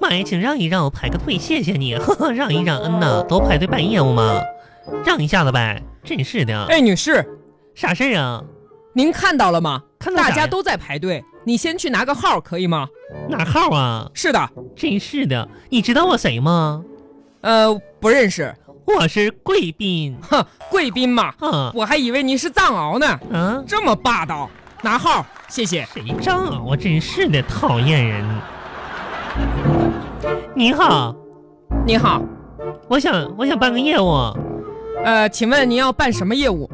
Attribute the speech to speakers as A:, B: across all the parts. A: 哎，请让一让，我排个队，谢谢你，呵呵让一让，嗯呐，都排队办业务嘛，让一下子呗，真是的，
B: 哎，女士，
A: 啥事儿啊？
B: 您看到了吗？
A: 看到啥
B: 大
A: 呀
B: 家都在排队，你先去拿个号可以吗？
A: 哪号啊？
B: 是的，
A: 真是的，你知道我谁吗？
B: 呃，不认识，
A: 我是贵宾
B: 哼，贵宾嘛，
A: 啊
B: 我还以为您是藏獒呢，
A: 啊！
B: 这么霸道，拿号，谢谢。
A: 谁张啊？我真是的，讨厌人。你好，
B: 你好，
A: 我想我想办个业务，
B: 呃，请问您要办什么业务？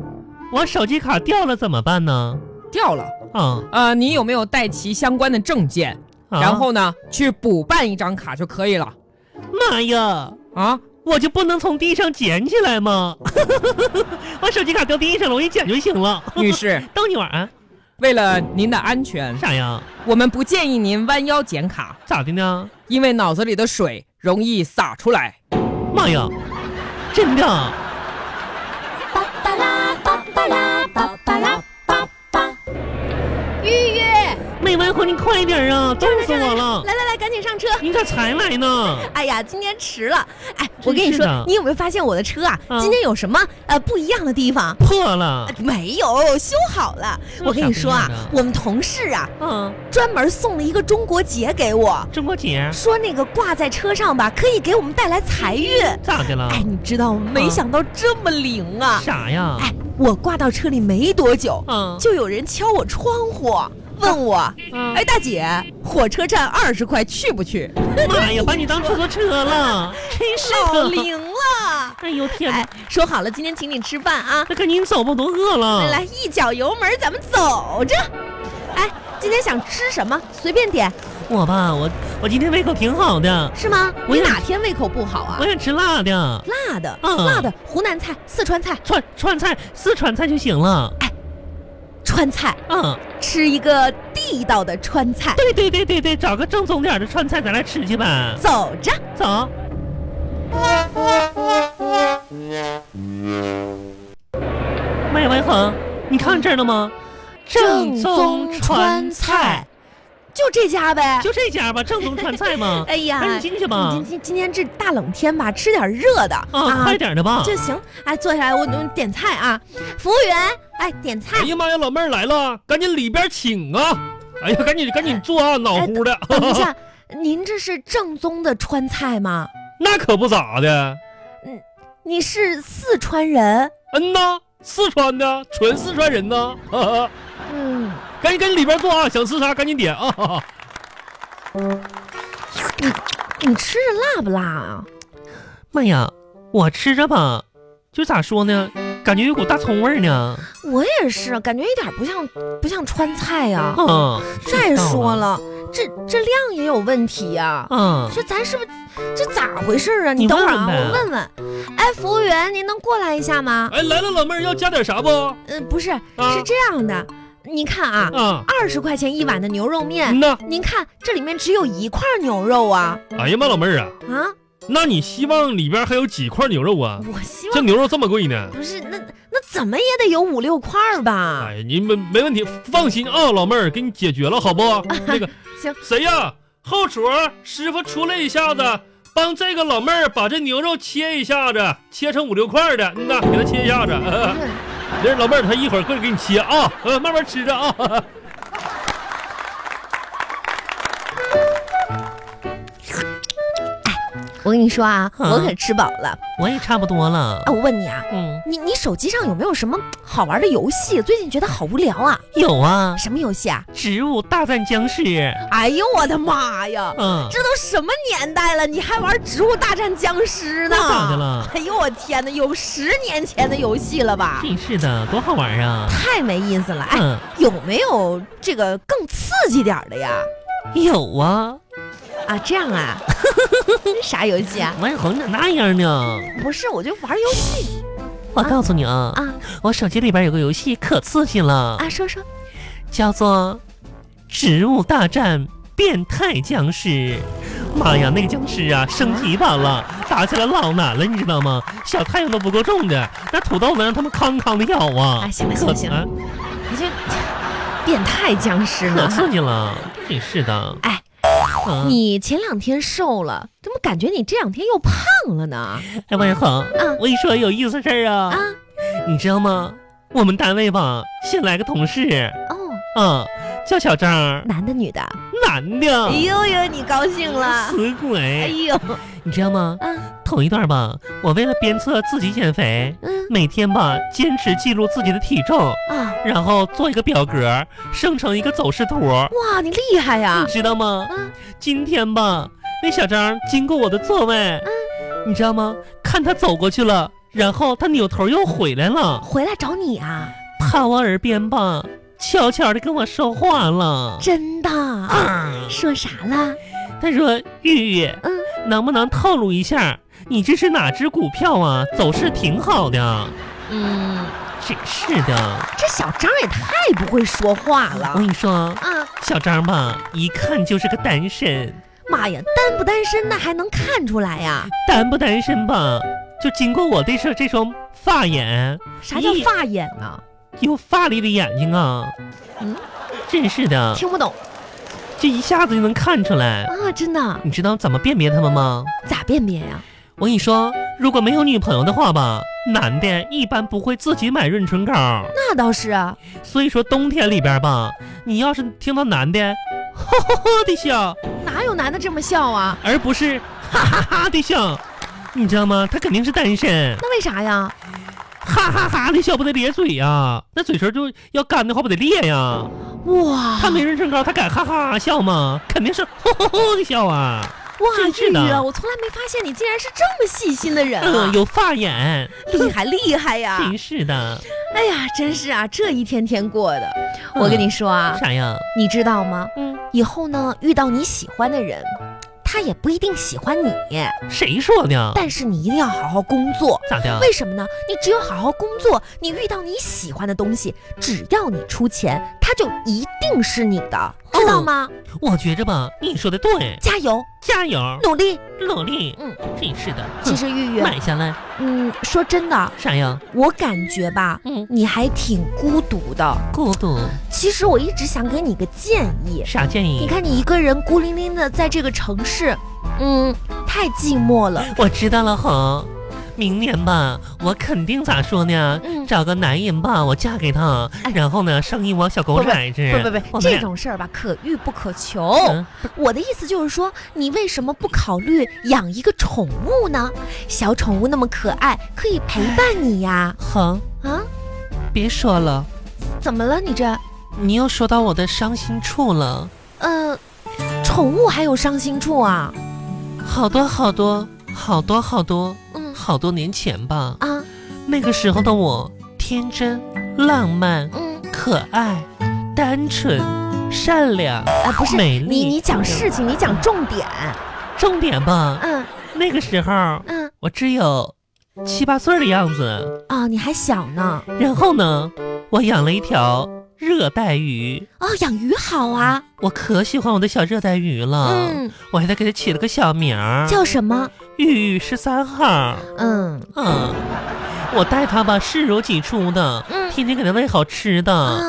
A: 我手机卡掉了怎么办呢？
B: 掉了，
A: 啊，
B: 呃，您有没有带齐相关的证件？
A: 啊
B: 然后呢，去补办一张卡就可以了
A: 妈呀，
B: 啊。
A: 我就不能从地上捡起来 吗？我手机卡掉地上了，我一捡就行了。
B: 女士，
A: 逗你玩儿啊？
B: 为了您的安全，
A: 啥呀？
B: 我们不建议您弯腰捡卡，
A: 咋的呢？
B: 因为脑子里的水容易洒出来。
A: 妈呀，真的？
C: 巴巴拉巴巴拉巴巴拉巴巴。
D: 预约，
A: 没完活，你快点儿啊！冻死我了！
D: 来来来，赶紧上车。
A: 你咋才来呢？
D: 哎呀，今天迟了。哎，
A: 真
D: 我跟你
A: 是的
D: 说，你有没有发现我的车啊？
A: 啊
D: 今天有什么呃不一样的地方？
A: 破了
D: 呃。没有，修好了。我跟你说啊
A: 那啥不一样，的
D: 我们同事啊，
A: 嗯，
D: 专门送了一个中国结给我，
A: 中国结
D: 说那个挂在车上吧，可以给我们带来财运。
A: 咋的了？
D: 哎，你知道吗？
A: 嗯
D: 没想到这么灵啊！
A: 啥呀？
D: 哎，我挂到车里没多久，
A: 嗯，
D: 就有人敲我窗户，问我：“
A: 嗯
D: 哎，大姐，
B: 火车站二十块去不去？
A: 妈呀，把你当出租车了，真是
D: 老
A: 的！
D: 灵了。”
A: 哎呦天
D: 哎
A: 哪，，
D: 说好了今天请你吃饭啊！
A: 那赶紧走吧，我都饿了。
D: 来来，一脚油门，咱们走着。哎，今天想吃什么随便点，
A: 我吧，我我今天胃口挺好的，
D: 是吗？
A: 我
D: 你
A: 想
D: 哪天胃口不好啊
A: 我？想吃辣的，
D: 辣的，
A: 嗯
D: 辣的，湖南菜、四川菜、
A: 川川菜、四川菜就行了。
D: 川菜，
A: 嗯，
D: 吃一个地道的川菜。
A: 对对对对对，找个正宗点儿的川菜，咱俩吃去呗。
D: 走着，
A: 走。麦文恒，你看这儿了吗？菜，，
D: 就这家呗。。
A: 就这家吧，正宗川菜嘛
D: 哎呀，
A: 赶紧进去吧
D: 今。今今天这大冷天吧，吃点热的
A: 啊，快点儿的吧。
D: 就行。哎，坐下来，我我点菜啊。服务员，哎，点菜
E: 哎。呀妈呀，老妹儿来了，赶紧里边请啊！哎呀，赶紧赶紧坐啊，脑糊的，
D: 等一下，哦您这是正宗的川菜吗？
E: 那可不咋的。
D: 你是四川人？
E: 嗯呐，四川的，纯四川人呐。哈哈
D: 嗯，
E: 赶紧赶紧里边坐啊，想吃啥赶紧点啊！哈哈
D: 你吃着辣不辣啊？
A: 妈呀，我吃着吧，就咋说呢，感觉有股大葱味儿呢。
D: 我也是，感觉一点不像不像川菜呀、
A: 嗯，
D: 再说
A: 了，
D: 了，这这量也有问题呀、
A: 嗯，
D: 这咱是不是这咋回事啊？你
A: 你
D: 等
A: 问
D: 会儿啊，
A: 问呗
D: 我问问。哎，服务员，您能过来一下吗？
E: 哎，来了，老妹儿要加点啥不？
D: 嗯、不是，是这样的，你看啊，
E: 啊，
D: 二十块钱一碗的牛肉面，
E: 嗯呐，
D: 您看这里面只有一块牛肉啊
E: 哎呀妈，老妹儿啊，
D: 啊！
E: 那你希望里边还有几块牛肉啊？
D: 我希
E: 这
D: 望
E: 牛肉这么贵呢？
D: 不是那那怎么也得有五六块儿吧？
A: 啊
E: 哎，你们没问题，放心啊，老妹儿，给你解决了，好 不？那个
D: 行，
E: 谁呀？后厨师傅出来一下子，帮这个老妹儿把这牛肉切一下子，切成五六块的，嗯呐，给她切一下子。这老妹儿她一会儿过来给你切啊，呃，慢慢吃着啊。
D: 我跟你说啊，
E: 嗯
A: 啊
D: 我可吃饱了。
A: 我也差不多了
D: 哎、。我问你啊，
A: 嗯，
D: 你你手机上有没有什么好玩的游戏？最近觉得好无聊啊。
A: 有啊，
D: 什么游戏啊？
A: 植物大战僵尸。
D: 哎呦我的妈呀！
A: 嗯，
D: 这都什么年代了，你还玩《植物大战僵尸》呢？
A: 那咋的了
D: 哎呦我天哪，有十年前的游戏了吧？
A: 真是的，多好玩啊。
D: 太没意思了。哎，
A: 嗯，
D: 有没有这个更刺激点儿的呀？
A: 有啊，
D: 啊，这样啊？ 啥游戏啊？
A: 王小红咋那样呢？
D: 不是，我就玩游戏
A: 我告诉你啊，
D: 啊
A: 我手机里边有个游戏可刺激了，
D: 啊！说说，
A: 叫做《植物大战变态僵尸》。妈呀，那个僵尸啊，升级版了，打起来老难了，你知道吗？小太阳都不够重的，那土豆能让他们康康的咬啊！
D: 哎行了行了
A: 可
D: 行
A: 啊
D: 你这变态僵尸
A: 可
D: 呢？
A: 刺激了，真是的。
D: 啊哎，
A: 啊，
D: 你前两天瘦了，怎么感觉你这两天又胖了呢？
A: 哎，王小红，我跟你说有意思事儿啊
D: 嗯啊，
A: 你知道吗？我们单位吧，新来个同事
D: 哦，
A: 啊，叫小张，
D: 男的女的？
A: 男的
D: 哎，呦呦，你高兴了？
A: 死
D: 哎
A: 鬼，
D: 呦，
A: 你知道吗？
D: 啊，
A: 头一段吧，我为了鞭策自己减肥，
D: 嗯
A: 每天吧坚持记录自己的体重，
D: 啊，
A: 然后做一个表格，生成一个走势图，
D: 哇，你厉害呀！
A: 知道吗？
D: 嗯
A: 今天吧，那小张经过我的座位，你知道吗？看他走过去了，然后他扭头又回来了，
D: 回来找你啊，
A: 趴我耳边吧，悄悄的跟我说话了。
D: 真的？
A: 啊，
D: 说啥了？
A: 他说：“玉玉，
D: 嗯，
A: 能不能透露一下，你这是哪只股票啊？走势挺好的。
D: 嗯，”
A: 真是的，
D: 这小张也太不会说话
A: 我
D: 了
A: 跟你说，
D: 啊！
A: 小张吧，一看就是个单身。
D: 妈呀，单不单身那还能看出来呀？
A: 单不单身吧，就经过我这双这双发眼，
D: 啥叫
A: 一
D: 发眼呢？
A: 有发力的眼睛啊，
D: 嗯，
A: 真是的，
D: 听不懂
A: 这一下子就能看出来。
D: 啊！真的？
A: 你知道怎么辨别他们吗？
D: 咋辨别呀？
A: 我跟你说，如果没有女朋友的话吧，男的一般不会自己买润唇膏，
D: 那倒是啊，
A: 所以说冬天里边吧，你要是听到男的呵呵呵的笑，
D: 哪有男的这么笑啊？
A: 而不是哈哈哈的笑，你知道吗？他肯定是单身。
D: 那为啥呀？
A: 哈哈哈的笑不得咧嘴呀、那嘴唇就要干的话不得裂呀、
D: 哇，
A: 他没人身高，他敢哈哈笑吗？肯定是吼吼吼的笑啊！
D: 哇，
A: 真是
D: 玉玉
A: 的
D: 啊，我从来没发现你竟然是这么细心的人啊
A: 嗯，！有发眼，
D: 厉害厉 害呀！
A: 真是的。
D: 哎呀，真是啊，这一天天过的，
A: 嗯
D: 我跟你说啊，
A: 啥呀？
D: 你知道吗？
A: 嗯，
D: 以后呢，遇到你喜欢的人，他也不一定喜欢你，
A: 谁说的？
D: 但是你一定要好好工作。
A: 咋的？
D: 为什么呢？你只有好好工作，你遇到你喜欢的东西，只要你出钱，它就一定是你的，
A: 哦
D: 知道吗？
A: 我觉着吧，你说的对，
D: 加油，
A: 加油，
D: 努力！
A: 努力。
D: 嗯，
A: 真是的。
D: 其
A: 哼
D: 实啊玉玉，
A: 买下来
D: 嗯，说真的，
A: 啥呀？
D: 我感觉吧，
A: 嗯，
D: 你还挺孤独的。
A: 孤独。
D: 其实我一直想给你个建议，
A: 啥建
D: 你
A: 议？
D: 看你一个人孤零零的在这个城市，嗯，太寂寞了。
A: 我知道了，好。明年吧，我肯定咋说呢？
D: 嗯
A: 找个男人吧，我嫁给他，
D: 哎
A: 然后呢，生一窝小狗
D: 不不
A: 崽子。
D: 不不
A: 我
D: 不，
A: 们
D: 这
A: 俩
D: 种事儿吧，可遇不可求。
A: 嗯
D: 我的意思就是说，你为什么不考虑养一个宠物呢？小宠物那么可爱，可以陪伴你呀。
A: 好，
D: 啊，
A: 别说了。
D: 怎么了？你这，
A: 你又说到我的伤心处了，
D: 呃，宠物还有伤心处啊？
A: 好多好多好多好多
D: 嗯
A: 好多年前吧，
D: 啊，
A: 那个时候的我天真、浪漫、
D: 嗯，
A: 可爱、单纯、善良、
D: 啊，不是，
A: 美丽。啊
D: 你你讲事情，你讲重点。
A: 重点吧，
D: 嗯
A: 那个时候
D: 嗯
A: 我只有七八岁的样子。
D: 啊，你还小呢。
A: 然后呢，我养了一条热带鱼，
D: 哦，养鱼好啊。
A: 我可喜欢我的小热带鱼了，
D: 嗯，
A: 我还得给它起了个小名儿，
D: 叫什么？
A: 玉玉十三号。
D: 嗯
A: 嗯，我带它吧，视如己出的，
D: 嗯
A: 天天给它喂好吃的，
D: 啊。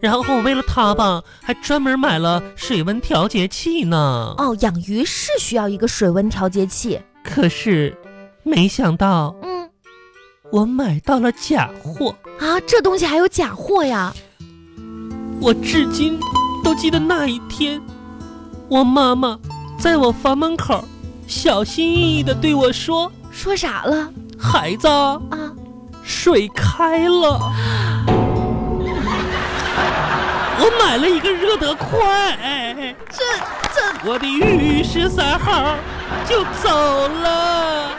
A: 然后我为了它吧，还专门买了水温调节器呢。
D: 哦，养鱼是需要一个水温调节器。
A: 可是，没想到
D: 嗯，
A: 我买到了假货，
D: 啊，这东西还有假货呀？
A: 我至今都记得那一天，我妈妈在我房门口小心翼翼地对我说
D: 说啥了？：“
A: 孩子，
D: 啊，
A: 水开了。”我买了一个热得快，这这，我的玉玉十三号就走了。